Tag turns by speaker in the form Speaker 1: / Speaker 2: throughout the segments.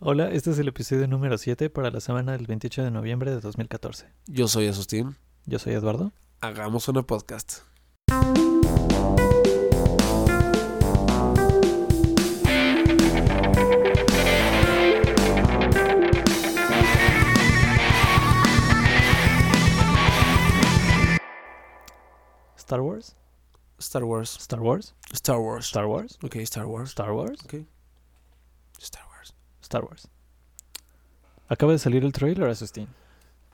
Speaker 1: Hola, este es el episodio número 7 para la semana del 28 de noviembre de 2014.
Speaker 2: Yo soy Asustín.
Speaker 1: Yo soy Eduardo.
Speaker 2: Hagamos una podcast.
Speaker 1: Star Wars.
Speaker 2: Star Wars.
Speaker 1: Star Wars.
Speaker 2: Star Wars.
Speaker 1: Star Wars.
Speaker 2: ok, Star Wars.
Speaker 1: Star Wars.
Speaker 2: Star Wars.
Speaker 1: Star Wars. Acaba de salir el trailer, Asustín.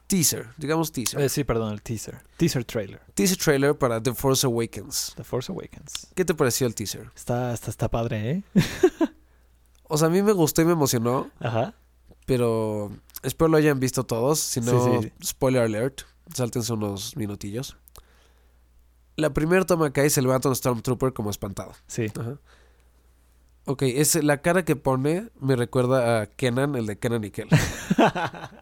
Speaker 2: Teaser, digamos teaser.
Speaker 1: Eh, sí, perdón, el teaser. Teaser trailer.
Speaker 2: Teaser trailer para The Force Awakens.
Speaker 1: The Force Awakens.
Speaker 2: ¿Qué te pareció el teaser?
Speaker 1: Está, está, está padre, ¿eh?
Speaker 2: O sea, a mí me gustó y me emocionó,
Speaker 1: Ajá.
Speaker 2: pero espero lo hayan visto todos. Si
Speaker 1: Sí,
Speaker 2: no,
Speaker 1: sí.
Speaker 2: spoiler alert, sáltense unos minutillos. La primera toma que hay se levanta un Stormtrooper como espantado.
Speaker 1: Sí.
Speaker 2: Ajá. Ok, es la cara que pone me recuerda a Kenan, el de Kenan y Kel.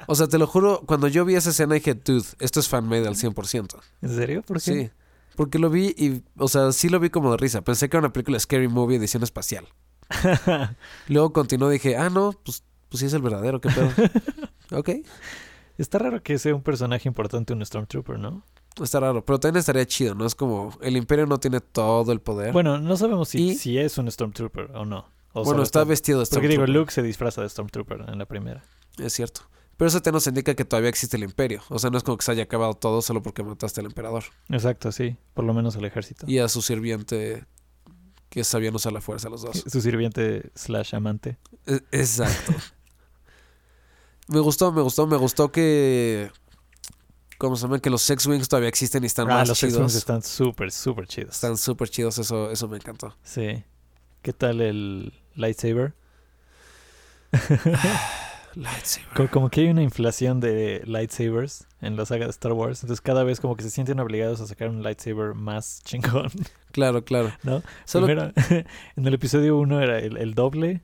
Speaker 2: o sea, te lo juro, cuando yo vi esa escena dije, dude, esto es fan-made al 100%.
Speaker 1: ¿En serio? ¿Por qué?
Speaker 2: Sí. Porque lo vi y, o sea, sí lo vi como de risa. Pensé que era una película Scary Movie edición espacial. Luego continuó, dije, ah, no, pues, pues sí es el verdadero, qué pedo. ok,
Speaker 1: Está raro que sea un personaje importante un Stormtrooper, ¿no?
Speaker 2: está raro. Pero también estaría chido, ¿no? Es como, el Imperio no tiene todo el poder. Bueno,
Speaker 1: Bueno, no sabemos si,
Speaker 2: Y-
Speaker 1: si es un Stormtrooper o no. O solo
Speaker 2: está vestido de
Speaker 1: Porque digo,
Speaker 2: Stormtrooper.
Speaker 1: Luke se disfraza de Stormtrooper en la primera.
Speaker 2: Es cierto. Pero eso te nos indica que todavía existe el imperio. O sea, no es como que se haya acabado todo solo porque mataste al emperador.
Speaker 1: Exacto, sí. Por lo menos el ejército.
Speaker 2: Y a su sirviente que sabían usar la fuerza los dos.
Speaker 1: Su sirviente slash amante.
Speaker 2: E- Exacto. me gustó, me gustó, me gustó que... ¿Cómo se llama? Que los Sex Wings todavía existen y están
Speaker 1: ah,
Speaker 2: más
Speaker 1: los
Speaker 2: chidos.
Speaker 1: X-Wings están súper, súper chidos.
Speaker 2: Están súper chidos, eso, eso me encantó.
Speaker 1: Sí. ¿Qué tal el lightsaber?
Speaker 2: Lightsaber.
Speaker 1: Co- Como que hay una inflación de lightsabers en la saga de Star Wars. Entonces cada vez como que se sienten obligados a sacar un lightsaber más chingón.
Speaker 2: Claro, claro.
Speaker 1: ¿No?
Speaker 2: Solo...
Speaker 1: Primero, en el episodio 1 era el, el doble. en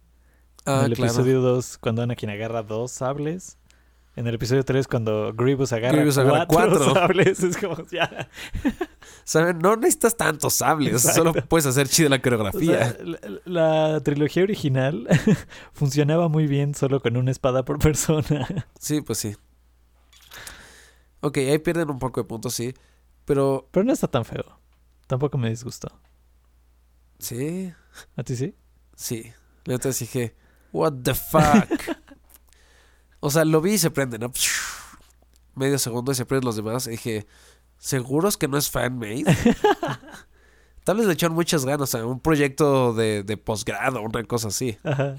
Speaker 2: ah,
Speaker 1: el
Speaker 2: claro.
Speaker 1: episodio 2 cuando Anakin agarra dos sables. En el episodio 3 cuando Grievous agarra,
Speaker 2: Grievous agarra
Speaker 1: cuatro,
Speaker 2: cuatro.
Speaker 1: sables. Es como ya...
Speaker 2: ¿Saben? No necesitas tantos sables.
Speaker 1: Exacto.
Speaker 2: Solo puedes hacer chida la
Speaker 1: O
Speaker 2: coreografía.
Speaker 1: sea, la, la trilogía original funcionaba muy bien solo con una espada por persona.
Speaker 2: Sí, pues sí. Ok, ahí pierden un poco de puntos, sí. Pero,
Speaker 1: Pero no está tan feo. Tampoco me disgustó.
Speaker 2: sí,
Speaker 1: ¿A ti sí?
Speaker 2: sí. La neta sí dije, what the fuck. o sea, lo vi y se prende, ¿no? Medio segundo y se prenden los demás. Y dije, ¿seguros que no es fan-made? Tal vez le echaron muchas ganas a un proyecto de, de posgrado, una cosa así.
Speaker 1: Ajá.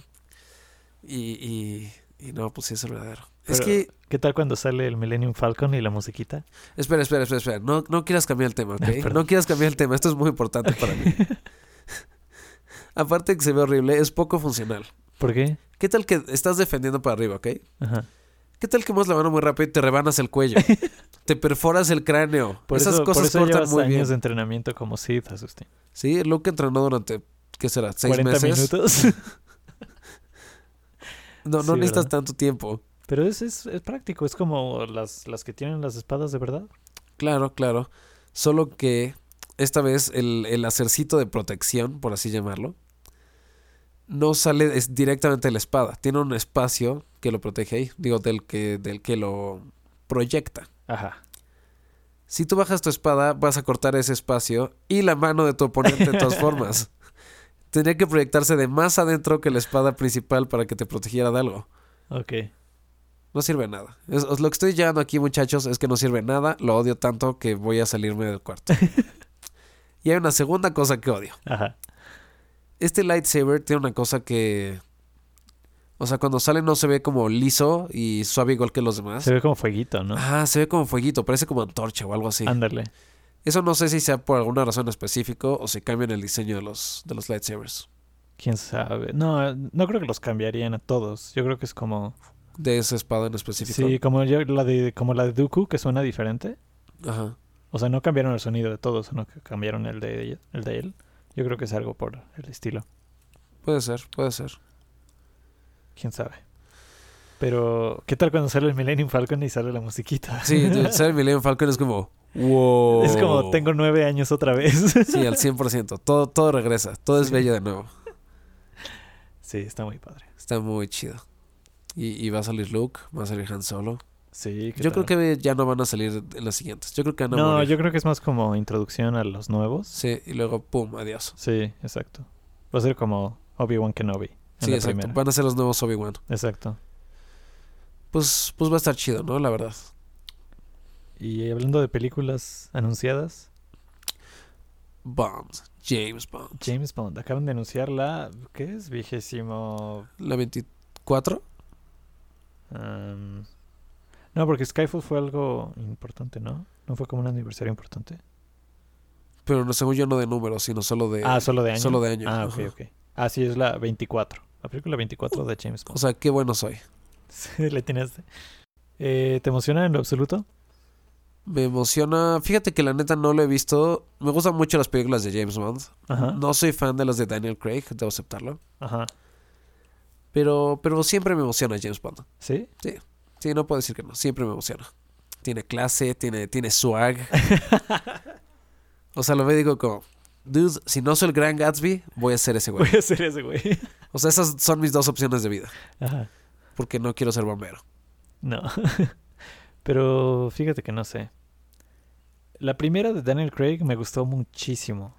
Speaker 2: Y, y, y no, pues sí es el verdadero. es
Speaker 1: Pero-
Speaker 2: que,
Speaker 1: ¿Qué tal cuando sale el Millennium Falcon y la musiquita?
Speaker 2: espera, espera, espera, espera. No, no quieras cambiar el tema, ¿ok?
Speaker 1: Perdón.
Speaker 2: No quieras cambiar el tema. Esto es muy importante para mí. Aparte de que se ve horrible, es poco funcional.
Speaker 1: ¿Por qué?
Speaker 2: ¿Qué tal que estás defendiendo para arriba, ok?
Speaker 1: Ajá.
Speaker 2: ¿Qué tal que mueves la mano muy rápido y te rebanas el cuello? te perforas el cráneo.
Speaker 1: Por
Speaker 2: Esas
Speaker 1: eso, por
Speaker 2: cosas
Speaker 1: eso
Speaker 2: cortan
Speaker 1: llevas
Speaker 2: muy
Speaker 1: años
Speaker 2: bien.
Speaker 1: de entrenamiento como Sid, Asustín.
Speaker 2: Sí, Luke entrenó durante, ¿qué será? ¿Seis
Speaker 1: 40
Speaker 2: meses?
Speaker 1: minutos.
Speaker 2: No, no
Speaker 1: Sí,
Speaker 2: necesitas
Speaker 1: ¿verdad?
Speaker 2: tanto tiempo.
Speaker 1: Pero es, es, es práctico, es como las, las que tienen las espadas de verdad.
Speaker 2: Claro, claro. Solo que esta vez el, el acercito de protección, por así llamarlo, no sale es directamente de la espada. Tiene un espacio que lo protege ahí. Digo, del que, del que lo proyecta.
Speaker 1: Ajá.
Speaker 2: Si tú bajas tu espada, vas a cortar ese espacio y la mano de tu oponente de todas formas. Tendría que proyectarse de más adentro que la espada principal para que te protegiera de algo.
Speaker 1: Ok.
Speaker 2: No sirve de nada. Es- os lo que estoy llevando aquí, muchachos, es que no sirve de nada. Lo odio tanto que voy a salirme del cuarto. y hay una segunda cosa que odio.
Speaker 1: Ajá.
Speaker 2: Este lightsaber tiene una cosa que... O sea, cuando sale no se ve como liso y suave igual que los demás.
Speaker 1: Se ve como fueguito, ¿no?
Speaker 2: Ah, se ve como fueguito, parece como antorcha o algo así.
Speaker 1: Ándale.
Speaker 2: Eso no sé si sea por alguna razón específica o si cambian el diseño de los, de los lightsabers.
Speaker 1: Quién sabe. No, no creo que los cambiarían a todos. Yo creo que es como.
Speaker 2: De esa espada en específico.
Speaker 1: Sí, como yo- la de, como la de Dooku, que suena diferente.
Speaker 2: Ajá.
Speaker 1: O sea, no cambiaron el sonido de todos, sino que cambiaron el de, ella- el de él. Yo creo que es algo por el estilo.
Speaker 2: Puede ser, puede ser.
Speaker 1: Quién sabe. Pero, ¿qué tal cuando sale el Millennium Falcon y sale la musiquita?
Speaker 2: Sí, oh. ¿sabes? Millennium Falcon es como... Wow.
Speaker 1: Es como, tengo nueve años otra vez.
Speaker 2: Sí, al 100%. Todo, todo regresa. Todo es
Speaker 1: Sí.
Speaker 2: bello de nuevo.
Speaker 1: sí, está muy padre.
Speaker 2: Está muy chido. Y, y va a salir Luke, va a salir Han Solo.
Speaker 1: Sí, ¿qué
Speaker 2: Yo
Speaker 1: tal?
Speaker 2: creo que ya no van a salir en las siguientes. Yo creo que van a
Speaker 1: No,
Speaker 2: morir.
Speaker 1: yo creo que es más como introducción a los nuevos.
Speaker 2: Sí, y luego, pum, adiós.
Speaker 1: Sí, exacto. Va a ser como Obi-Wan Kenobi en
Speaker 2: Sí,
Speaker 1: la
Speaker 2: exacto.
Speaker 1: primera.
Speaker 2: Van a ser los nuevos Obi-Wan.
Speaker 1: Exacto.
Speaker 2: Pues, pues va a estar chido, ¿no? La verdad.
Speaker 1: Y hablando de películas anunciadas,
Speaker 2: Bond. James Bond.
Speaker 1: James Bond, acaban de anunciar la, ¿qué es? Vigésimo...
Speaker 2: La 24.
Speaker 1: am, No, porque Skyfall fue algo importante, ¿no? No fue como un aniversario importante.
Speaker 2: Pero no, según yo no de números, sino solo de...
Speaker 1: ah, solo de año.
Speaker 2: Eh, solo de año,
Speaker 1: Ah, ok,
Speaker 2: ajá.
Speaker 1: ok. Ah, sí, es la 24. La película 24 de James
Speaker 2: O
Speaker 1: Bond.
Speaker 2: sea, qué bueno soy.
Speaker 1: Sí, Le tienes... Eh, ¿Te emociona en lo absoluto?
Speaker 2: Me emociona. Fíjate que la neta no lo he visto. Me gustan mucho las películas de James Bond.
Speaker 1: Ajá.
Speaker 2: No soy fan de las de Daniel Craig, debo aceptarlo.
Speaker 1: Ajá.
Speaker 2: Pero, pero siempre me emociona James Bond.
Speaker 1: ¿Sí?
Speaker 2: Sí, no puedo decir que no. Siempre me emociona. Tiene clase, tiene, tiene swag. o sea, lo veo y digo como... Dude, si no soy el gran Gatsby, voy a ser ese güey.
Speaker 1: Voy a ser ese güey.
Speaker 2: O sea, esas son mis dos opciones de vida.
Speaker 1: Ajá.
Speaker 2: Porque no quiero ser bombero.
Speaker 1: No. Pero fíjate que no sé. La primera de Daniel Craig me gustó muchísimo.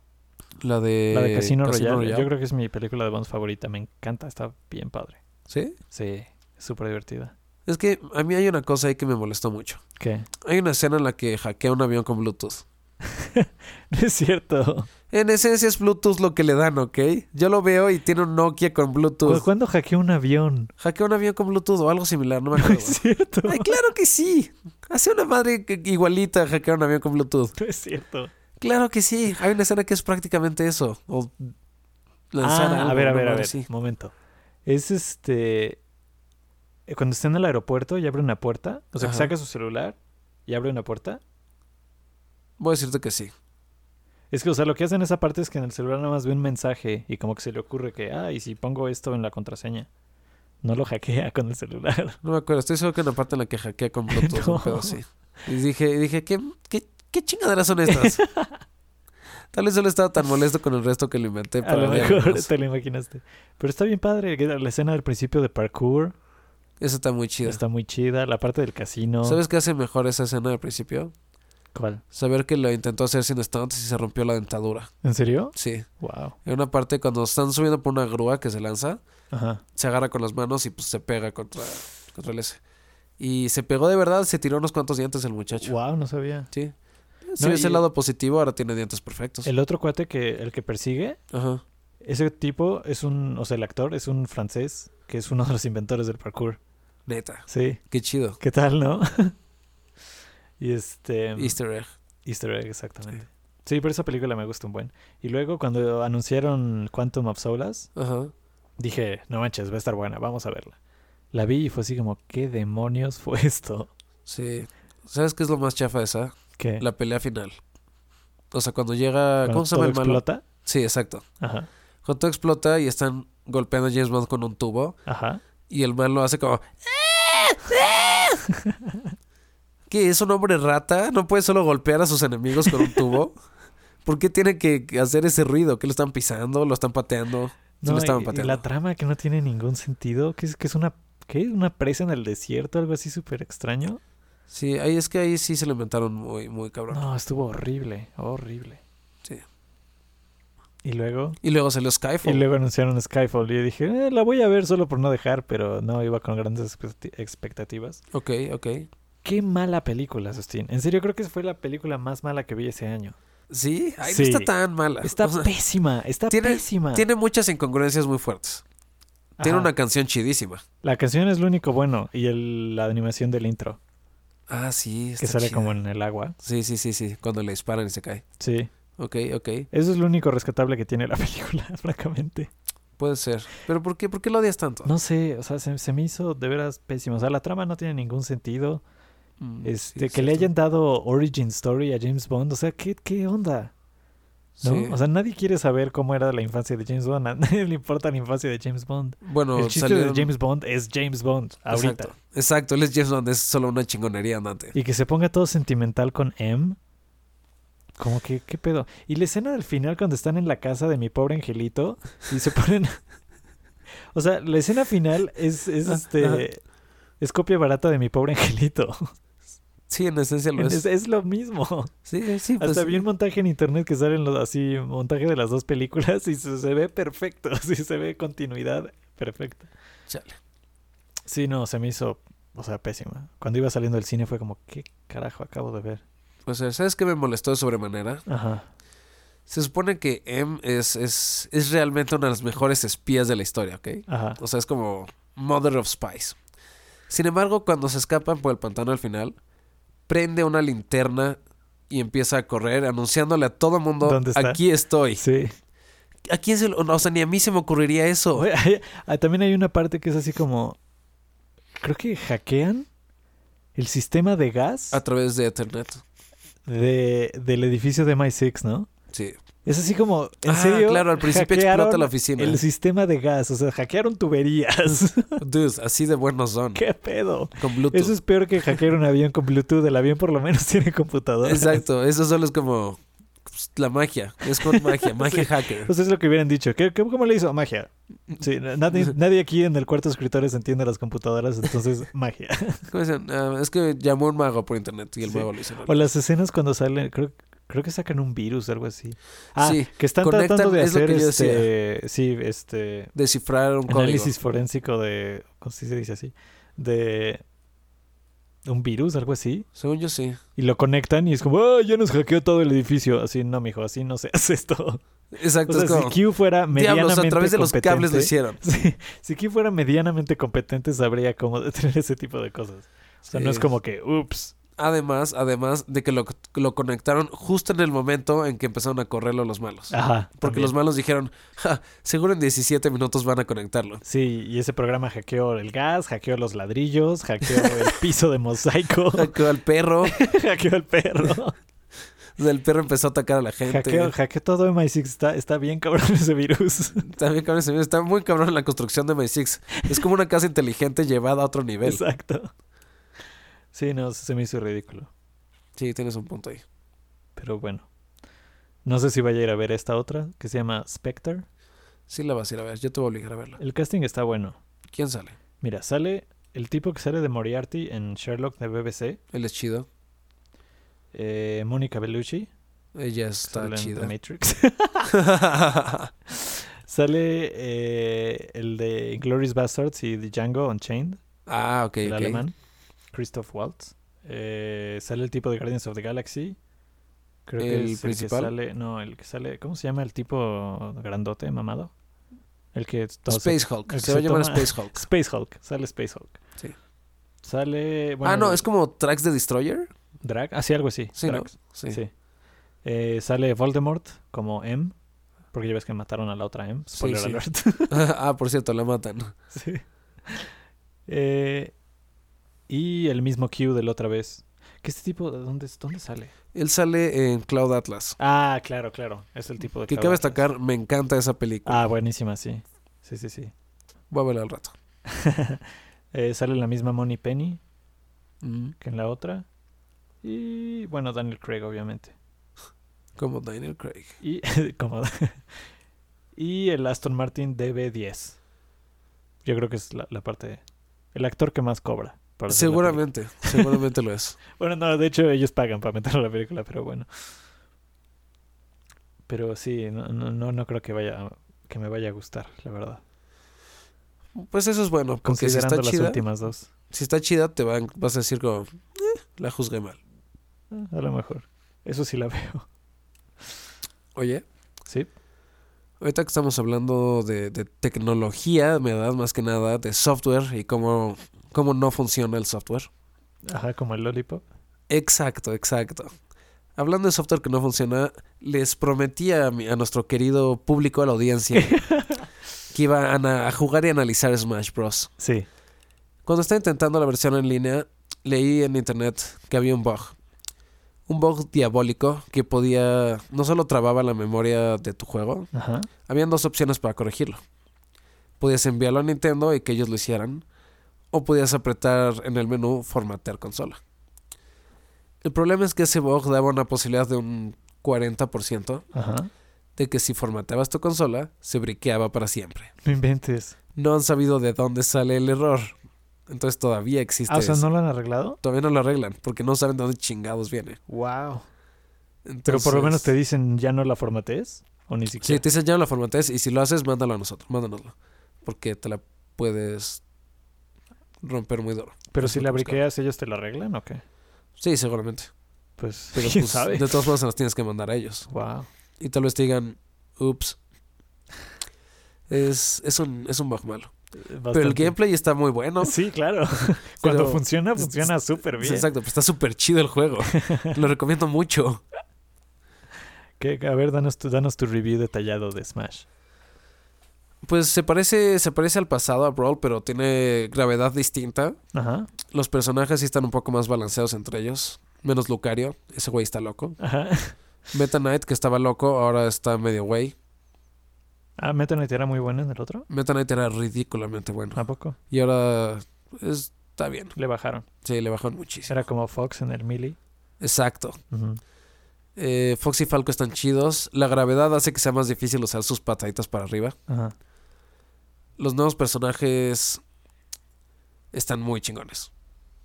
Speaker 2: La de...
Speaker 1: La de Eh, Casino, Royale. Yo creo que es mi película de Bond favorita. Me encanta. Está bien padre.
Speaker 2: ¿Sí?
Speaker 1: Sí. es Súper divertida.
Speaker 2: Es que a mí hay una cosa ahí que me molestó mucho.
Speaker 1: ¿Qué?
Speaker 2: Hay una escena en la que hackea un avión con Bluetooth.
Speaker 1: No es cierto.
Speaker 2: En esencia es Bluetooth lo que le dan, ¿ok? Yo lo veo y tiene un Nokia con
Speaker 1: ¿Cu-
Speaker 2: Bluetooth.
Speaker 1: ¿Cuándo hackeó un avión?
Speaker 2: Hackea un avión con Bluetooth o algo similar, no me
Speaker 1: No
Speaker 2: acuerdo.
Speaker 1: es cierto.
Speaker 2: Ay, claro que sí. Hace una madre que- igualita hackear un avión con Bluetooth.
Speaker 1: No es cierto.
Speaker 2: Claro que sí. Hay una escena que es prácticamente eso. O lanzar
Speaker 1: Ah,
Speaker 2: algo,
Speaker 1: a ver, a
Speaker 2: una
Speaker 1: ver, a
Speaker 2: madre
Speaker 1: ver.
Speaker 2: así.
Speaker 1: Momento. Es este. eh, Cuando está en el aeropuerto y abre una puerta. O sea, que
Speaker 2: Ajá.
Speaker 1: saca su celular y abre una puerta.
Speaker 2: Voy a decirte que sí.
Speaker 1: Es que, o sea, lo que hacen en esa parte es que en el celular nada más ve un mensaje y como que se le ocurre que, ah, y si pongo esto en la contraseña, no lo hackea con el celular.
Speaker 2: No me acuerdo. Estoy seguro que hay una parte en la que hackea con Bluetooth.
Speaker 1: No.
Speaker 2: un pedo así. Y dije, y dije ¿qué, qué, qué chingaderas son estas? Tal vez solo estaba tan molesto con el resto que lo inventé.
Speaker 1: A lo
Speaker 2: para
Speaker 1: mejor
Speaker 2: diálogos.
Speaker 1: te lo imaginaste. Pero está bien padre. que La escena del principio de parkour
Speaker 2: Eso está muy chido.
Speaker 1: está muy chida. La parte del casino.
Speaker 2: ¿Sabes qué hace mejor esa escena al principio?
Speaker 1: ¿Cuál?
Speaker 2: Saber que lo intentó hacer sin estantes y se rompió la dentadura.
Speaker 1: ¿En serio?
Speaker 2: Sí.
Speaker 1: Wow.
Speaker 2: En una parte cuando están subiendo por una grúa que se lanza,
Speaker 1: Ajá.
Speaker 2: se agarra con las manos y pues se pega contra, contra el ese. Y se pegó de verdad, se tiró unos cuantos dientes el muchacho.
Speaker 1: Wow, no sabía.
Speaker 2: Sí. Si
Speaker 1: No,
Speaker 2: ves
Speaker 1: y-
Speaker 2: el lado positivo, ahora tiene dientes perfectos.
Speaker 1: El otro cuate que, el que persigue,
Speaker 2: Ajá.
Speaker 1: ese tipo es un, o sea, el actor es un francés que es uno de los inventores del parkour.
Speaker 2: Neta.
Speaker 1: Sí.
Speaker 2: Qué chido.
Speaker 1: ¿Qué tal, no? y este.
Speaker 2: Easter egg.
Speaker 1: Easter egg, exactamente. Sí, pero esa película me gusta un buen. Y luego cuando anunciaron Quantum of Solace,
Speaker 2: Ajá.
Speaker 1: dije, no manches, va a estar buena, vamos a verla. La vi y fue así como, ¿qué demonios fue esto?
Speaker 2: Sí. ¿Sabes qué es lo más chafa de esa?
Speaker 1: ¿Qué?
Speaker 2: La pelea final. O sea, cuando llega...
Speaker 1: Cuando
Speaker 2: ¿Cómo se llama
Speaker 1: todo
Speaker 2: el malo?
Speaker 1: explota?
Speaker 2: Sí, exacto.
Speaker 1: Ajá,
Speaker 2: Cuando todo explota y están golpeando a James Bond con un tubo
Speaker 1: ajá.
Speaker 2: y el man lo hace como... "Ah, ¿Qué? ¿Es un hombre rata? ¿No puede solo golpear a sus enemigos con un tubo? ¿Por qué tiene que hacer ese ruido? ¿Qué lo están pisando? ¿Lo están pateando? Sí,
Speaker 1: No,
Speaker 2: lo estaban
Speaker 1: y- y
Speaker 2: pateando.
Speaker 1: la trama que no tiene ningún sentido, que es, que es una, ¿qué? ¿Una presa en el desierto? Algo así súper extraño.
Speaker 2: Sí, ahí es que ahí sí se lo inventaron muy, muy cabrón.
Speaker 1: No, estuvo horrible, horrible.
Speaker 2: Sí.
Speaker 1: Y luego...
Speaker 2: Y luego salió
Speaker 1: Y
Speaker 2: Skyfall.
Speaker 1: luego anunciaron Skyfall y yo dije, "Eh, la voy a ver solo por no dejar, pero no, iba con grandes expecti- expectativas.
Speaker 2: Ok, ok.
Speaker 1: Qué mala película, Sustín. En serio, creo que fue la película más mala que vi ese año.
Speaker 2: Sí, ahí
Speaker 1: Sí.
Speaker 2: no está tan mala.
Speaker 1: Está
Speaker 2: O sea,
Speaker 1: pésima, está
Speaker 2: tiene-
Speaker 1: pésima.
Speaker 2: tiene muchas incongruencias muy fuertes. Tiene
Speaker 1: Ajá.
Speaker 2: una canción chidísima.
Speaker 1: La canción es lo único bueno y el- la animación del intro,
Speaker 2: Ah, sí.
Speaker 1: que
Speaker 2: está
Speaker 1: sale
Speaker 2: chida.
Speaker 1: como en el agua.
Speaker 2: Sí, sí, sí, sí. Cuando le disparan y se cae.
Speaker 1: Sí,
Speaker 2: Ok, ok.
Speaker 1: eso es lo único rescatable que tiene la película, francamente.
Speaker 2: Puede ser. Pero ¿por qué, ¿por qué lo odias tanto?
Speaker 1: No sé, o sea, se, se me hizo de veras pésimo. O sea, la trama no tiene ningún sentido.
Speaker 2: Mm, sí,
Speaker 1: Este, que
Speaker 2: es
Speaker 1: le hayan
Speaker 2: cierto.
Speaker 1: dado origin story a James Bond, o sea, ¿qué, qué onda? ¿no?
Speaker 2: Sí.
Speaker 1: O sea, nadie quiere saber cómo era la infancia de James Bond. A nadie le importa la infancia de James Bond.
Speaker 2: bueno,
Speaker 1: el chiste
Speaker 2: salieron-
Speaker 1: de James Bond es James Bond ahorita.
Speaker 2: Exacto. Exacto, él es James Bond, es solo una chingonería andante.
Speaker 1: Y que se ponga todo sentimental con M. Como que, ¿qué pedo? Y la escena del final cuando están en la casa de mi pobre angelito y se ponen... o sea, la escena final es, es
Speaker 2: Ah,
Speaker 1: este...
Speaker 2: ajá.
Speaker 1: Es copia barata de mi pobre angelito.
Speaker 2: Sí, en esencia lo es.
Speaker 1: Es, es lo mismo.
Speaker 2: Sí, sí, pues.
Speaker 1: Hasta vi un montaje en internet que salen los, así, montaje de las dos películas y se, se ve perfecto. Sí, se ve continuidad perfecta.
Speaker 2: Chale.
Speaker 1: Sí, no, se me hizo, o sea, pésima. Cuando iba saliendo del cine fue como, ¿qué carajo acabo de ver?
Speaker 2: O sea, pues, ¿sabes qué me molestó de sobremanera?
Speaker 1: Ajá.
Speaker 2: Se supone que M es, es, es realmente una de las mejores espías de la historia, ¿ok?
Speaker 1: Ajá.
Speaker 2: O sea, es como Mother of Spies. Sin embargo, cuando se escapan por el pantano al final, prende una linterna y empieza a correr anunciándole a todo mundo,
Speaker 1: ¿Dónde está?
Speaker 2: aquí estoy.
Speaker 1: Sí.
Speaker 2: ¿A quién se lo- O sea, ni a mí se me ocurriría eso.
Speaker 1: Oye, hay- ah, también hay una parte que es así como. Creo que hackean el sistema de gas
Speaker 2: A través de Ethernet.
Speaker 1: de, del edificio de MI6, ¿no?
Speaker 2: Sí.
Speaker 1: Es así como, en
Speaker 2: Ah,
Speaker 1: serio.
Speaker 2: claro, al principio explota
Speaker 1: hackearon
Speaker 2: la oficina.
Speaker 1: El sistema de gas, o sea, hackearon tuberías.
Speaker 2: Dude, así de buenos son.
Speaker 1: ¿Qué pedo?
Speaker 2: Con Bluetooth.
Speaker 1: Eso es peor que hackear un avión con Bluetooth. El avión por lo menos tiene computadora.
Speaker 2: Exacto. Eso solo es como pues, la magia. Es con magia. Magia hacker.
Speaker 1: Pues es lo que hubieran dicho. ¿Qué, qué- cómo le hizo? Magia. Sí, na- nadie, nadie aquí en el cuarto de escritores entiende las computadoras, entonces magia.
Speaker 2: ¿Cómo dicen? Ah, es que llamó un mago por internet y el
Speaker 1: Pues Sí.
Speaker 2: mago lo hizo. ¿no?
Speaker 1: O las escenas cuando salen, creo, creo que sacan un virus, algo así. Ah,
Speaker 2: Sí,
Speaker 1: que están
Speaker 2: conectan-
Speaker 1: tratando de
Speaker 2: es lo
Speaker 1: hacer
Speaker 2: que yo
Speaker 1: este, sí, este
Speaker 2: Descifrar un
Speaker 1: análisis forénsico de, ¿cómo sí se dice así? De un virus, algo así.
Speaker 2: código. Según yo sí.
Speaker 1: Y lo conectan y es como, ¡ah, ya nos hackeó todo el edificio! Así, no, mijo, así no se hace esto. O
Speaker 2: Exacto.
Speaker 1: sea,
Speaker 2: es como,
Speaker 1: si Q fuera medianamente
Speaker 2: diablos, a través de los cables lo
Speaker 1: competente-
Speaker 2: hicieron.
Speaker 1: Sí, si Q fuera medianamente competente, sabría cómo detener ese tipo de cosas. O sea, no es
Speaker 2: Sí.
Speaker 1: como que, ups.
Speaker 2: Además, además de que lo, lo conectaron justo en el momento en que empezaron a correrlo los malos.
Speaker 1: Ajá.
Speaker 2: Porque
Speaker 1: también.
Speaker 2: los malos dijeron, "Ja, seguro en 17 minutos van a conectarlo.
Speaker 1: Sí, y ese programa hackeó el gas, hackeó los ladrillos, hackeó el piso de mosaico,
Speaker 2: Hackeó al perro,
Speaker 1: hackeó el perro,
Speaker 2: el perro empezó a atacar a la gente.
Speaker 1: hackeó, hackeó todo MI6. Está, está bien cabrón ese virus.
Speaker 2: También cabrón, se me- está muy cabrón la construcción de MySix. Es como una casa inteligente llevada a otro nivel.
Speaker 1: Exacto. Sí, no, se me hizo ridículo.
Speaker 2: Sí, tienes un punto ahí.
Speaker 1: Pero bueno. No sé si vaya a ir a ver esta otra, que se llama Spectre.
Speaker 2: Sí la vas a ir a ver, yo te voy a obligar a verla.
Speaker 1: El casting está bueno.
Speaker 2: ¿Quién sale?
Speaker 1: Mira, sale el tipo que sale de Moriarty en Sherlock de BBC,
Speaker 2: Él es chido.
Speaker 1: eh, Mónica Bellucci,
Speaker 2: Ella
Speaker 1: que
Speaker 2: está
Speaker 1: sale en The
Speaker 2: chida.
Speaker 1: Matrix. Sale eh, el de Inglourious Bastards y de Django Unchained,
Speaker 2: ah, ok,
Speaker 1: el
Speaker 2: ok.
Speaker 1: alemán, Christoph Waltz. Eh, sale el tipo de Guardians of the Galaxy. Creo que
Speaker 2: ¿El
Speaker 1: es
Speaker 2: principal?
Speaker 1: el que sale. No, el que sale. ¿Cómo se llama el tipo grandote, mamado? El que. todos se-
Speaker 2: Space Hulk.
Speaker 1: el
Speaker 2: Se
Speaker 1: que
Speaker 2: va a
Speaker 1: se
Speaker 2: llamar
Speaker 1: toma-
Speaker 2: Space Hulk.
Speaker 1: Space Hulk. Sale Space Hulk.
Speaker 2: Sí.
Speaker 1: Sale. Bueno,
Speaker 2: ah, no, es como Tracks de Destroyer.
Speaker 1: Drag. Ah, sí, algo así.
Speaker 2: Sí, ¿no?
Speaker 1: Drax,
Speaker 2: Sí.
Speaker 1: sí. Eh, sale Voldemort como M. Porque ya ves que mataron a la otra M.
Speaker 2: Sí,
Speaker 1: Spoiler
Speaker 2: sí.
Speaker 1: alert.
Speaker 2: ah, por cierto, la matan.
Speaker 1: Sí. Eh, y el mismo Q del otra vez. Que este tipo, ¿de dónde, es- dónde sale?
Speaker 2: Él sale en Cloud Atlas.
Speaker 1: Ah, claro, claro. Es el tipo de
Speaker 2: Que
Speaker 1: Cloud
Speaker 2: cabe
Speaker 1: Atlas.
Speaker 2: destacar, me encanta esa película.
Speaker 1: Ah, buenísima, sí. Sí, sí, sí.
Speaker 2: Voy a verla al rato.
Speaker 1: Eh, sale la misma Moni Penny
Speaker 2: Mm,
Speaker 1: que en la otra. Y bueno, Daniel Craig, obviamente.
Speaker 2: Como Daniel Craig.
Speaker 1: Y, como, y el Aston Martin DB10. Yo creo que es la, la parte. El actor que más cobra. para hacer la película.
Speaker 2: Seguramente, seguramente lo es.
Speaker 1: Bueno, no, de hecho ellos pagan para meterlo a la película, pero bueno. Pero sí, no, no, no, no creo que vaya que me vaya a gustar, la verdad.
Speaker 2: Pues eso es bueno, porque si
Speaker 1: Considerando
Speaker 2: está
Speaker 1: las
Speaker 2: chida,
Speaker 1: últimas dos.
Speaker 2: si está chida, te van- vas a decir como, "Eh, la juzgué mal.
Speaker 1: Ah, A lo mejor. Eso sí la veo.
Speaker 2: Oye,
Speaker 1: Sí.
Speaker 2: ahorita que estamos hablando de, de tecnología, me da más que nada de software y cómo, cómo no funciona el software.
Speaker 1: Ajá, como el Lollipop.
Speaker 2: Exacto, exacto. Hablando de software que no funciona, les prometí a, mi- a nuestro querido público, a la audiencia, que iban a, ana- a jugar y analizar Smash Bros.
Speaker 1: Sí.
Speaker 2: Cuando estaba intentando la versión en línea, leí en internet que había un bug. Un bug diabólico que podía... No solo trababa la memoria de tu juego,
Speaker 1: Ajá.
Speaker 2: habían dos opciones para corregirlo. Podías enviarlo a Nintendo y que ellos lo hicieran, o podías apretar en el menú formatear consola. El problema es que ese bug daba una posibilidad de un 40%
Speaker 1: Ajá.
Speaker 2: de que si formateabas tu consola, se briqueaba para siempre.
Speaker 1: No inventes.
Speaker 2: No han sabido de dónde sale el error. Entonces todavía existe
Speaker 1: Ah, o sea,
Speaker 2: eso.
Speaker 1: ¿no lo han arreglado?
Speaker 2: Todavía no lo arreglan porque no saben de dónde chingados viene.
Speaker 1: Wow. Pero por lo menos te dicen, ¿ya no la formatees? O ni
Speaker 2: Sí,
Speaker 1: siquiera.
Speaker 2: te dicen ya no la formatees y si lo haces, mándalo a nosotros, mándanoslo. Porque te la puedes romper muy duro.
Speaker 1: Pero
Speaker 2: pues,
Speaker 1: si
Speaker 2: lo
Speaker 1: la
Speaker 2: buscamos.
Speaker 1: briqueas, ¿ellos te la arreglan o qué?
Speaker 2: Sí, seguramente.
Speaker 1: Pues,
Speaker 2: Pero
Speaker 1: ¿quién
Speaker 2: pues,
Speaker 1: sabe?
Speaker 2: de todos modos se las tienes que mandar a ellos.
Speaker 1: Wow.
Speaker 2: Y tal vez te digan, ups. Es, es un, es un bug malo. Pero el gameplay está muy bueno.
Speaker 1: Sí, claro. Cuando
Speaker 2: Pero-
Speaker 1: funciona, funciona súper bien.
Speaker 2: Exacto, pues está súper chido el juego. lo recomiendo mucho.
Speaker 1: ¿Qué? A ver, danos tu, danos tu review detallado de Smash.
Speaker 2: Pues se parece, se parece al pasado a Brawl, pero tiene gravedad distinta.
Speaker 1: Ajá.
Speaker 2: Los personajes sí están un poco más balanceados entre ellos. Menos Lucario, ese güey está loco.
Speaker 1: Ajá.
Speaker 2: Meta Knight, que estaba loco, ahora está medio güey.
Speaker 1: Ah, Meta Knight era muy bueno en el otro.
Speaker 2: Meta Knight era ridículamente bueno.
Speaker 1: ¿A poco?
Speaker 2: Y ahora está bien.
Speaker 1: Le bajaron.
Speaker 2: Sí, le bajaron muchísimo.
Speaker 1: Era como Fox en el Melee.
Speaker 2: Exacto.
Speaker 1: Ujú.
Speaker 2: Eh, Fox y Falco están chidos. La gravedad hace que sea más difícil usar sus pataditas para arriba.
Speaker 1: Ajá.
Speaker 2: Los nuevos personajes están muy chingones.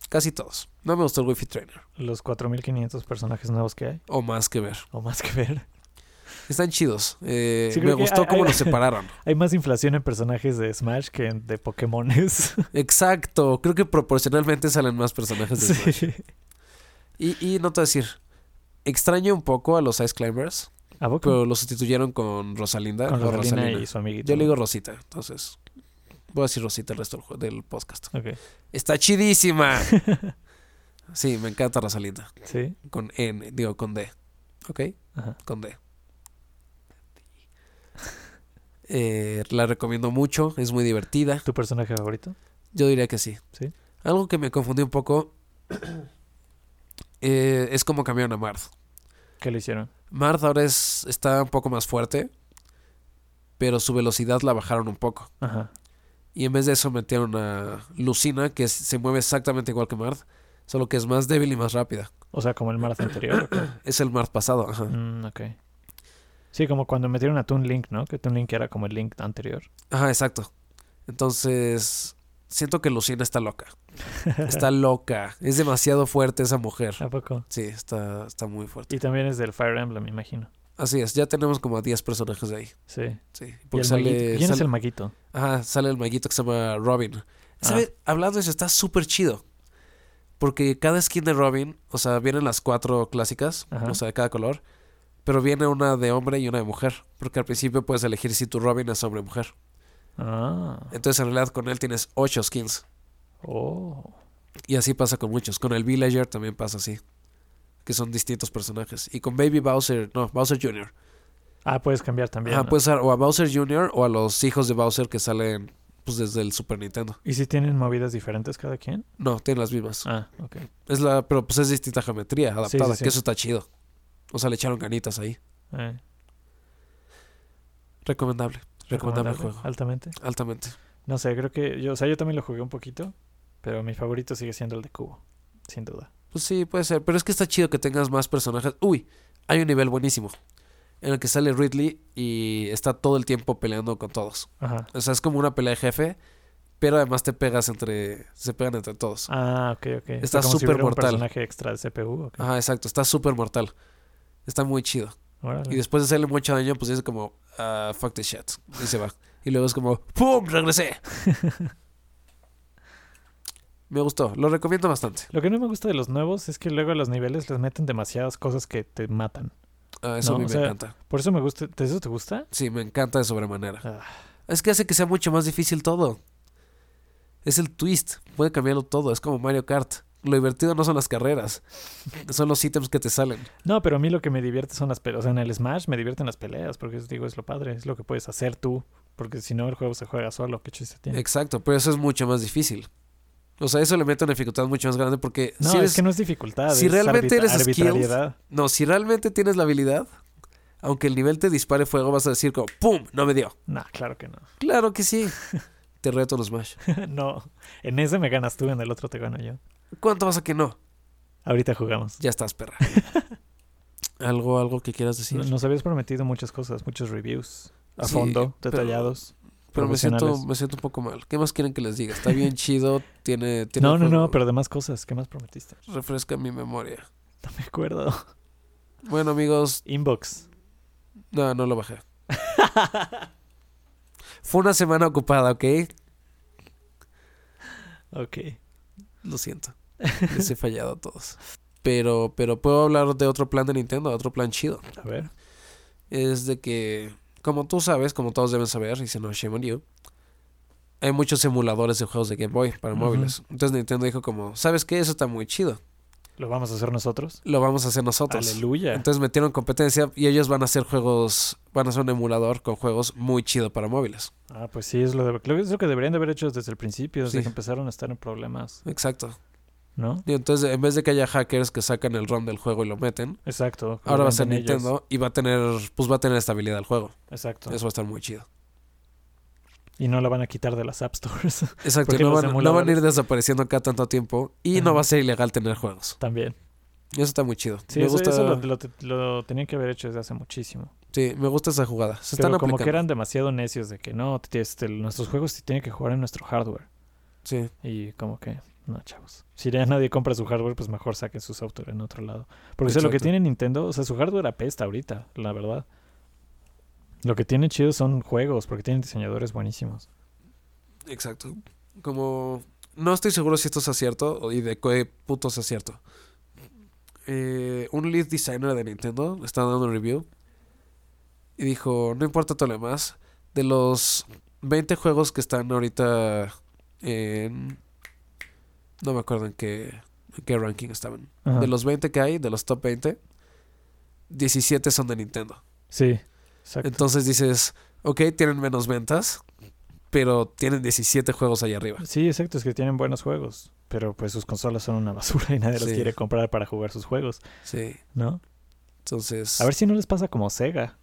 Speaker 2: Casi todos. No me gustó el Wi-Fi Trainer.
Speaker 1: Los 4.500 personajes nuevos que hay.
Speaker 2: O más que ver.
Speaker 1: O más que ver.
Speaker 2: Están chidos. Eh,
Speaker 1: Sí, creo
Speaker 2: me
Speaker 1: que
Speaker 2: gustó
Speaker 1: hay-
Speaker 2: cómo
Speaker 1: hay-
Speaker 2: los separaron.
Speaker 1: Hay más inflación en personajes de Smash que en- de Pokémones.
Speaker 2: Exacto. Creo que proporcionalmente salen más personajes. de Smash.
Speaker 1: Sí.
Speaker 2: Y, y no te voy a decir. Extraño un poco a los Ice Climbers,
Speaker 1: ¿A poco?
Speaker 2: pero los sustituyeron con Rosalinda.
Speaker 1: Con
Speaker 2: o
Speaker 1: Rosalina
Speaker 2: Rosalina.
Speaker 1: y su amiguito.
Speaker 2: Yo le digo Rosita, entonces voy a decir Rosita el resto del, jue- del podcast.
Speaker 1: Ok.
Speaker 2: Está chidísima. sí, me encanta Rosalinda.
Speaker 1: Sí.
Speaker 2: Con N, digo, con D. ¿Ok?
Speaker 1: Ajá.
Speaker 2: Con D. Eh, la recomiendo mucho, es muy divertida.
Speaker 1: ¿Tu personaje favorito?
Speaker 2: Yo diría que sí.
Speaker 1: Sí.
Speaker 2: Algo que me confundió un poco eh, es cómo cambiaron a Marth.
Speaker 1: ¿Qué le hicieron?
Speaker 2: Marth ahora es, está un poco más fuerte, pero su velocidad la bajaron un poco.
Speaker 1: Ajá.
Speaker 2: Y en vez de eso metieron a Lucina, que es- se mueve exactamente igual que Marth, solo que es más débil y más rápida.
Speaker 1: O sea, como el Marth anterior. ¿o qué?
Speaker 2: Es el Marth pasado, ajá.
Speaker 1: Mm, ok. Sí, como cuando metieron a Toon Link, ¿no? Que Toon Link era como el Link anterior.
Speaker 2: Ajá, exacto. Entonces, siento que Lucina está loca. Está loca. Es demasiado fuerte esa mujer.
Speaker 1: ¿A poco?
Speaker 2: Sí, está, está muy fuerte.
Speaker 1: Y también es del Fire Emblem, me imagino.
Speaker 2: Así es, ya tenemos como a 10 personajes de ahí.
Speaker 1: Sí. Y
Speaker 2: Sí.
Speaker 1: el maguito-
Speaker 2: Porque sale,
Speaker 1: ¿Quién es
Speaker 2: sale-
Speaker 1: el Ah. maguito?
Speaker 2: ajá, sale el maguito que se llama Robin. ¿Sabe? Hablando de eso, está súper chido. Porque cada skin de Robin, o sea, vienen las cuatro clásicas,
Speaker 1: Ajá.
Speaker 2: o sea, de cada color. Pero viene una de hombre y una de mujer. Porque al principio puedes elegir si tu Robin es hombre o mujer.
Speaker 1: Ah.
Speaker 2: Entonces, en realidad, con él tienes ocho skins.
Speaker 1: Oh.
Speaker 2: Y así pasa con muchos. Con el Villager también pasa así. Que son distintos personajes. Y con Baby Bowser, no, Bowser Jr.
Speaker 1: Ah, puedes cambiar también.
Speaker 2: Ajá,
Speaker 1: ¿no?
Speaker 2: puedes usar o a Bowser Jr. o a los hijos de Bowser que salen pues, desde el Super Nintendo.
Speaker 1: ¿Y si tienen movidas diferentes cada quien?
Speaker 2: No, tienen las mismas.
Speaker 1: Ah, ok.
Speaker 2: Es la, pero pues es distinta geometría adaptada,
Speaker 1: sí.
Speaker 2: que eso está chido. O sea, le echaron ganitas ahí.
Speaker 1: Eh,
Speaker 2: Recomendable, recomendable el juego.
Speaker 1: Altamente.
Speaker 2: altamente.
Speaker 1: No sé, creo que yo, o sea, yo también lo jugué un poquito, pero mi favorito sigue siendo el de Cubo, sin duda.
Speaker 2: Pues sí, puede ser, pero es que está chido que tengas más personajes. Uy, hay un nivel buenísimo en el que sale Ridley y está todo el tiempo peleando con todos.
Speaker 1: Ajá.
Speaker 2: O sea, es como una pelea de jefe, pero además te pegas entre se pegan entre todos.
Speaker 1: Ah, ok, ok. O sea,
Speaker 2: Está Ah,
Speaker 1: como si
Speaker 2: súper
Speaker 1: hubiera un
Speaker 2: mortal.
Speaker 1: personaje extra de CPU, ok.
Speaker 2: Ajá, exacto, está súper mortal. Está muy chido.
Speaker 1: Órale.
Speaker 2: Y después de hacerle mucho daño, pues es como, ah, fuck the shit. Y se va. Y luego es como, ¡pum! Regresé. Me gustó, lo recomiendo bastante.
Speaker 1: Lo que no me gusta de los nuevos es que luego a los niveles les meten demasiadas cosas que te matan.
Speaker 2: Ah, eso
Speaker 1: No,
Speaker 2: a mí
Speaker 1: o
Speaker 2: me
Speaker 1: sea-
Speaker 2: encanta.
Speaker 1: Por eso me gusta. ¿Te- ¿Eso te gusta?
Speaker 2: Sí, me encanta de sobremanera.
Speaker 1: Ah.
Speaker 2: Es que hace que sea mucho más difícil todo. Es el twist, puede cambiarlo todo, es como Mario Kart. Lo divertido no son las carreras, son los ítems que te salen.
Speaker 1: No, pero a mí lo que me divierte son las peleas. O sea, en el Smash me divierten las peleas, porque es- digo, es lo padre, es lo que puedes hacer tú. Porque si no, el juego se juega solo. ¿Qué chiste tiene?
Speaker 2: Exacto, pero eso es mucho más difícil. O sea, eso le mete una dificultad mucho más grande porque
Speaker 1: No,
Speaker 2: si
Speaker 1: es
Speaker 2: eres
Speaker 1: que no es dificultad.
Speaker 2: si
Speaker 1: es
Speaker 2: realmente
Speaker 1: arbitra-
Speaker 2: eres skilled-
Speaker 1: arbitrariedad.
Speaker 2: No, si realmente tienes la habilidad, aunque el nivel te dispare fuego, vas a decir como ¡Pum! No me dio.
Speaker 1: No, claro que no.
Speaker 2: Claro que sí. Te reto los Smash.
Speaker 1: no, en ese me ganas tú, en el otro te gano yo.
Speaker 2: ¿Cuánto vas a que no?
Speaker 1: Ahorita jugamos.
Speaker 2: Ya estás, perra. ¿Algo, algo que quieras decir?
Speaker 1: Nos habías prometido muchas cosas, muchos reviews a
Speaker 2: Sí,
Speaker 1: fondo,
Speaker 2: pero-
Speaker 1: detallados.
Speaker 2: Pero me siento,
Speaker 1: profesionales.
Speaker 2: me siento un poco mal. ¿Qué más quieren que les diga? Está bien chido, tiene... tiene
Speaker 1: No, no,
Speaker 2: juego.
Speaker 1: no, pero de más cosas. ¿Qué más prometiste?
Speaker 2: Refresca mi memoria.
Speaker 1: No me acuerdo.
Speaker 2: Bueno, amigos,
Speaker 1: Inbox.
Speaker 2: no, no lo bajé. Fue una semana ocupada, ¿ok?
Speaker 1: Ok.
Speaker 2: Lo siento. Les he fallado a todos. Pero, pero puedo hablar de otro plan de Nintendo, otro plan chido.
Speaker 1: A ver.
Speaker 2: Es de que, como tú sabes, como todos deben saber, y si no, shame on you, hay muchos emuladores de juegos de Game Boy para
Speaker 1: Ujú.
Speaker 2: móviles. Entonces Nintendo dijo como, ¿sabes qué? Eso está muy chido.
Speaker 1: ¿Lo vamos a hacer nosotros?
Speaker 2: Lo vamos a hacer nosotros.
Speaker 1: Aleluya.
Speaker 2: Entonces metieron competencia y ellos van a hacer juegos, van a hacer un emulador con juegos muy chido para móviles.
Speaker 1: ah, pues sí, es lo, de- creo que es lo que deberían de haber hecho desde el principio, desde
Speaker 2: Sí.
Speaker 1: que empezaron a estar en problemas,
Speaker 2: Exacto.
Speaker 1: ¿no?
Speaker 2: Y entonces en vez de que haya hackers que sacan el ROM del juego y lo meten,
Speaker 1: Exacto. que
Speaker 2: ahora va a ser
Speaker 1: venden ellos.
Speaker 2: Nintendo y va a tener, pues va a tener estabilidad el juego.
Speaker 1: Exacto.
Speaker 2: Eso va a estar muy chido.
Speaker 1: Y no la van a quitar de las App Stores
Speaker 2: Exacto.
Speaker 1: Porque
Speaker 2: y No
Speaker 1: los
Speaker 2: van, no van a ir
Speaker 1: emuladores-
Speaker 2: desapareciendo acá tanto tiempo y
Speaker 1: Ajá.
Speaker 2: no va a ser ilegal tener juegos.
Speaker 1: también.
Speaker 2: Eso está muy chido.
Speaker 1: Sí,
Speaker 2: me
Speaker 1: eso,
Speaker 2: gusta,
Speaker 1: eso lo, lo, lo tenían que haber hecho desde hace muchísimo.
Speaker 2: sí, me gusta esa jugada. Se están
Speaker 1: Pero como
Speaker 2: aplicando.
Speaker 1: que eran demasiado necios de que no, t- este, nuestros juegos se tienen que jugar en nuestro hardware.
Speaker 2: Sí,
Speaker 1: Y como que, no, chavos. Si ya nadie compra su hardware, pues mejor saquen su software en otro lado. Porque eso es lo que
Speaker 2: Exacto.
Speaker 1: tiene Nintendo. O sea, su hardware apesta ahorita, la verdad. Lo que tiene chido son juegos, porque tienen diseñadores buenísimos.
Speaker 2: exacto. Como no estoy seguro si esto es acierto o- y de qué puto es acierto. Eh, un lead designer de Nintendo está dando un review y dijo, no importa todo lo demás, de los 20 juegos que están ahorita en... No me acuerdo en qué, en qué ranking estaban.
Speaker 1: Ajá.
Speaker 2: De los 20 que hay, de los top 20, 17 son de Nintendo.
Speaker 1: Sí, exacto.
Speaker 2: Entonces dices, ok, tienen menos ventas, pero tienen 17 juegos ahí arriba.
Speaker 1: Sí, exacto, es que tienen buenos juegos. Pero pues sus consolas son una basura y nadie
Speaker 2: Sí.
Speaker 1: las quiere comprar para jugar sus juegos,
Speaker 2: Sí.
Speaker 1: ¿no?
Speaker 2: Entonces,
Speaker 1: A ver si no les pasa como Sega.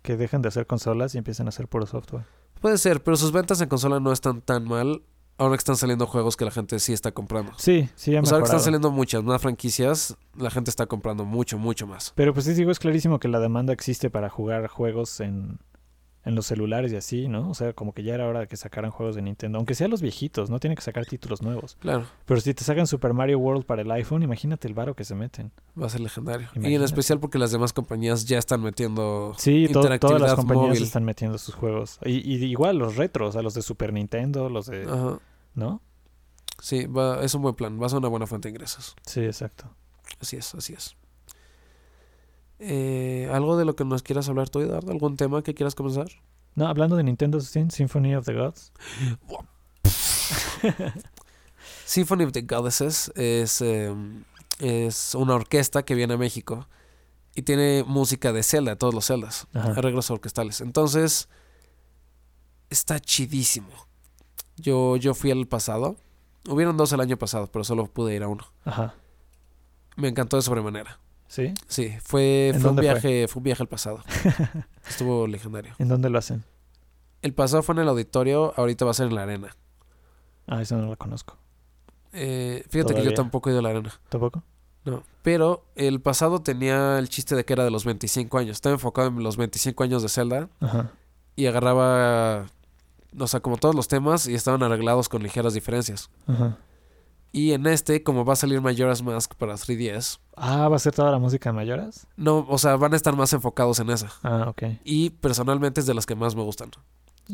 Speaker 1: Que dejan de hacer consolas y empiezan a hacer puro software.
Speaker 2: puede ser, pero sus ventas en consola no están tan mal. Ahora que están saliendo juegos que la gente sí está comprando.
Speaker 1: Sí, sí, ya
Speaker 2: O sea, ahora que están
Speaker 1: mejorado.
Speaker 2: saliendo muchas más franquicias, la gente está comprando mucho, mucho más.
Speaker 1: Pero pues sí, digo, es clarísimo que la demanda existe para jugar juegos en, en los celulares y así, ¿no? O sea, como que ya era hora de que sacaran juegos de Nintendo. Aunque sean los viejitos, no tienen que sacar títulos nuevos.
Speaker 2: Claro,
Speaker 1: Pero si te sacan Super Mario World para el iPhone, imagínate el varo que se meten.
Speaker 2: va a ser legendario. Y en
Speaker 1: Imagínate.
Speaker 2: especial porque las demás compañías ya están metiendo...
Speaker 1: Sí, to- todas las
Speaker 2: Interactividad
Speaker 1: compañías
Speaker 2: móvil.
Speaker 1: están metiendo sus juegos. Y, y igual los retros, a los de Super Nintendo, los de...
Speaker 2: Ajá.
Speaker 1: ¿No?
Speaker 2: Sí, va, es un buen plan. Va a ser una buena fuente de ingresos.
Speaker 1: Sí, exacto.
Speaker 2: Así es, así es. Eh, ¿Algo de lo que nos quieras hablar tú, Eduardo? ¿Algún tema que quieras comenzar?
Speaker 1: No, hablando de Nintendo Sym- Symphony of the Gods.
Speaker 2: Symphony of the Goddesses es, eh, es una orquesta que viene a México y tiene música de Zelda, de todos los Zeldas,
Speaker 1: Ajá.
Speaker 2: arreglos orquestales. Entonces, está chidísimo. Yo, yo fui al pasado. Hubieron dos el año pasado, pero solo pude ir a uno.
Speaker 1: Ajá.
Speaker 2: Me encantó de sobremanera.
Speaker 1: ¿Sí?
Speaker 2: Sí, fue,
Speaker 1: ¿En
Speaker 2: fue, un
Speaker 1: dónde fue?
Speaker 2: viaje, fue? un viaje al pasado. Estuvo legendario.
Speaker 1: ¿En dónde lo hacen?
Speaker 2: El pasado fue en el auditorio, ahorita va a ser en la arena.
Speaker 1: Ah, eso no lo conozco.
Speaker 2: Eh, fíjate que yo
Speaker 1: Todavía.
Speaker 2: tampoco he ido a la arena.
Speaker 1: ¿Tampoco?
Speaker 2: No. Pero el pasado tenía el chiste de que era de los 25 años. Estaba enfocado en los 25 años de Zelda
Speaker 1: Ajá.
Speaker 2: y agarraba, o sea, como todos los temas y estaban arreglados con ligeras diferencias.
Speaker 1: Ajá. Y-
Speaker 2: Y en este, como va a salir Majora's Mask para 3DS,
Speaker 1: Ah, ¿va a ser toda la música de mayoras?
Speaker 2: no, o sea, van a estar más enfocados en esa.
Speaker 1: Ah, ok.
Speaker 2: Y personalmente es de las que más me gustan.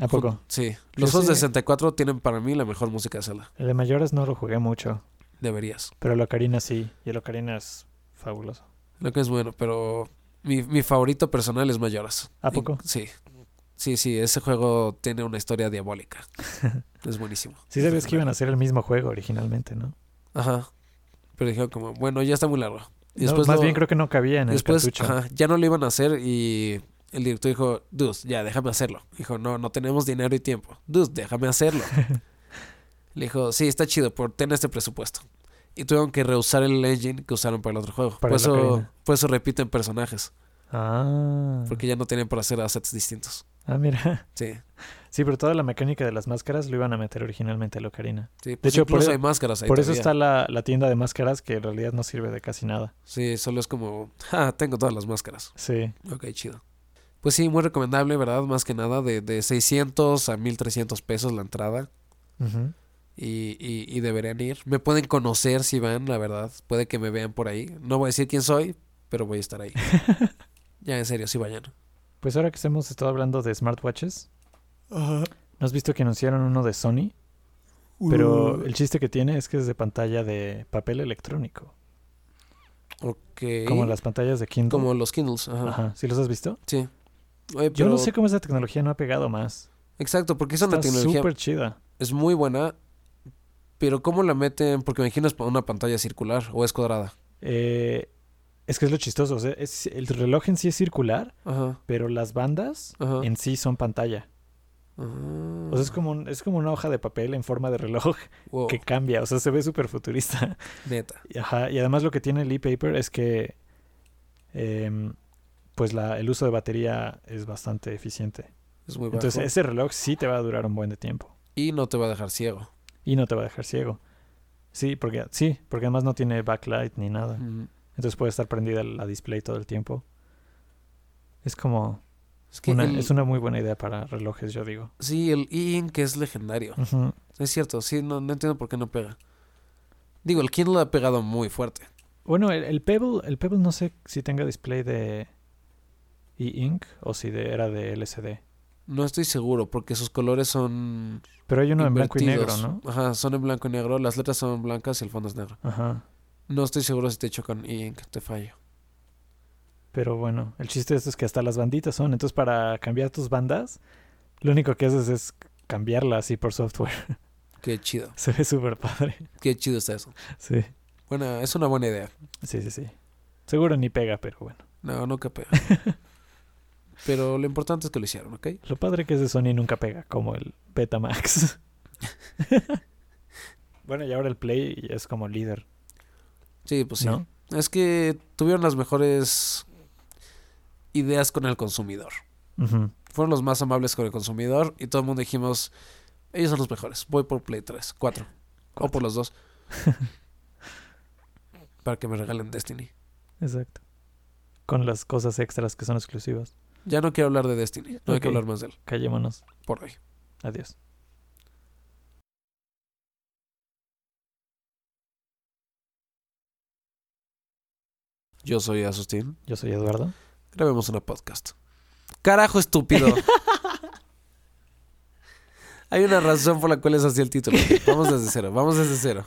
Speaker 1: ¿A poco?
Speaker 2: Sí.
Speaker 1: Yo
Speaker 2: Los juegos de
Speaker 1: sé-
Speaker 2: 64 tienen para mí la mejor música de Zelda.
Speaker 1: El de mayoras no lo jugué mucho,
Speaker 2: Deberías.
Speaker 1: pero el Ocarina sí, y el Ocarina es fabuloso.
Speaker 2: Lo que es bueno, pero mi, mi favorito personal es Mayoras.
Speaker 1: ¿A poco?
Speaker 2: Y- Sí. Sí, sí, ese juego tiene una historia diabólica. es buenísimo.
Speaker 1: Sí sabías que iban a hacer el mismo juego originalmente, ¿no?
Speaker 2: Ajá. Pero dijeron como, bueno, ya está muy largo. Y
Speaker 1: No,
Speaker 2: después
Speaker 1: más
Speaker 2: lo-
Speaker 1: bien creo que no cabía en
Speaker 2: después,
Speaker 1: el cartucho.
Speaker 2: ajá, ya no lo iban a hacer y el director dijo, Dudes, ya déjame hacerlo. Dijo, no, no tenemos dinero y tiempo. Dudes, déjame hacerlo. Le dijo, sí, está chido, por tener este presupuesto. Y tuvieron que reusar el engine que usaron para el otro juego.
Speaker 1: Para
Speaker 2: por,
Speaker 1: el
Speaker 2: eso,
Speaker 1: Ocarina.
Speaker 2: por eso repiten personajes,
Speaker 1: Ah,
Speaker 2: porque ya no tienen para hacer assets distintos.
Speaker 1: ah, mira.
Speaker 2: Sí,
Speaker 1: Sí, pero toda la mecánica de las máscaras lo iban a meter originalmente al Ocarina.
Speaker 2: sí. pues
Speaker 1: hecho, por
Speaker 2: incluso
Speaker 1: e-
Speaker 2: hay máscaras ahí
Speaker 1: Por eso
Speaker 2: todavía.
Speaker 1: está la, la tienda de máscaras que en realidad no sirve de casi nada.
Speaker 2: Sí, solo es como, ah, tengo todas las máscaras.
Speaker 1: Sí.
Speaker 2: Ok, chido. Pues sí, muy recomendable, ¿verdad? Más que nada, de, de 600 a 1300 pesos la entrada.
Speaker 1: Ujú.
Speaker 2: Y, y, y deberían ir. Me pueden conocer si van, la verdad. Puede que me vean por ahí. No voy a decir quién soy, pero voy a estar ahí. ya, en serio, sí vayan.
Speaker 1: Pues ahora que hemos estado hablando de smartwatches, ¿no has visto que anunciaron uno de Sony? Uh.
Speaker 2: Uh.
Speaker 1: Pero el chiste que tiene es que es de pantalla de papel electrónico.
Speaker 2: Ok.
Speaker 1: Como las pantallas de Kindle.
Speaker 2: ¿Eh? Como los Kindles. Ajá.
Speaker 1: Ajá. ¿Sí los has visto?
Speaker 2: Sí. Oye,
Speaker 1: Yo no
Speaker 2: pero-
Speaker 1: sé cómo esa tecnología no ha pegado más.
Speaker 2: Exacto, porque esa es una
Speaker 1: Está
Speaker 2: tecnología.
Speaker 1: súper chida.
Speaker 2: Es muy buena. Pero ¿cómo la meten? Porque me imagino es pa- una pantalla circular o es cuadrada.
Speaker 1: Eh, es que es lo chistoso. o sea, es- el reloj en sí es circular,
Speaker 2: Ajá.
Speaker 1: pero las bandas
Speaker 2: Ajá.
Speaker 1: en sí son pantalla.
Speaker 2: Ah.
Speaker 1: O sea, es como, un- es como una hoja de papel en forma de reloj
Speaker 2: Wow,
Speaker 1: que cambia. O sea, se ve súper futurista.
Speaker 2: Neta.
Speaker 1: Y Ajá. Y además lo que tiene el e-paper es que em, pues la- el uso de batería es bastante eficiente.
Speaker 2: Es muy bajo.
Speaker 1: Entonces ese reloj sí te va a durar un buen de tiempo.
Speaker 2: Y no te va a dejar ciego.
Speaker 1: Y no te va a dejar ciego. Sí, porque sí, porque además no tiene backlight ni nada.
Speaker 2: Mm.
Speaker 1: Entonces puede estar prendida la display todo el tiempo. Es como
Speaker 2: Es que
Speaker 1: una,
Speaker 2: el-
Speaker 1: es una muy buena idea para relojes, yo digo.
Speaker 2: Sí, el e-ink es legendario.
Speaker 1: Ujú.
Speaker 2: Es cierto, sí, no, no entiendo por qué no pega. Digo, el Kindle ha pegado muy fuerte.
Speaker 1: Bueno, el, el Pebble, el Pebble no sé si tenga display de e-ink o si de- era de LCD.
Speaker 2: No estoy seguro porque sus colores son
Speaker 1: Pero hay uno en blanco y negro,
Speaker 2: invertidos.
Speaker 1: ¿no?
Speaker 2: Ajá, son en blanco y negro, las letras son blancas y el fondo es negro.
Speaker 1: Ajá.
Speaker 2: No estoy seguro si te echo con e-ink, te fallo.
Speaker 1: Pero bueno, el chiste de esto es que hasta las banditas son. Entonces, para cambiar tus bandas, lo único que haces es cambiarla así por software.
Speaker 2: Qué chido,
Speaker 1: Se ve súper padre.
Speaker 2: qué chido está eso.
Speaker 1: Sí.
Speaker 2: Bueno, es una buena idea.
Speaker 1: Sí, sí, sí. Seguro ni pega, pero bueno.
Speaker 2: No, nunca pega. Pero lo importante es que lo hicieron, ¿ok?
Speaker 1: Lo padre que es de Sony nunca pega, como el Betamax. bueno, y ahora el Play es como líder,
Speaker 2: Sí, pues sí.
Speaker 1: ¿no?
Speaker 2: Es que tuvieron las mejores ideas con el consumidor.
Speaker 1: Ujú.
Speaker 2: fueron los más amables con el consumidor y todo el mundo dijimos, ellos son los mejores, voy por Play 3, 4, o por los dos. Para que me regalen Destiny.
Speaker 1: Exacto. Con las cosas extras que son exclusivas.
Speaker 2: Ya no quiero hablar de Destiny, no hay que
Speaker 1: Ok.
Speaker 2: hablar más de él,
Speaker 1: Callémonos.
Speaker 2: por hoy.
Speaker 1: Adiós.
Speaker 2: Yo soy Asustín,
Speaker 1: Yo soy Eduardo.
Speaker 2: grabemos una podcast. Carajo estúpido. Hay una razón por la cual es así el título. Vamos desde cero, vamos desde cero.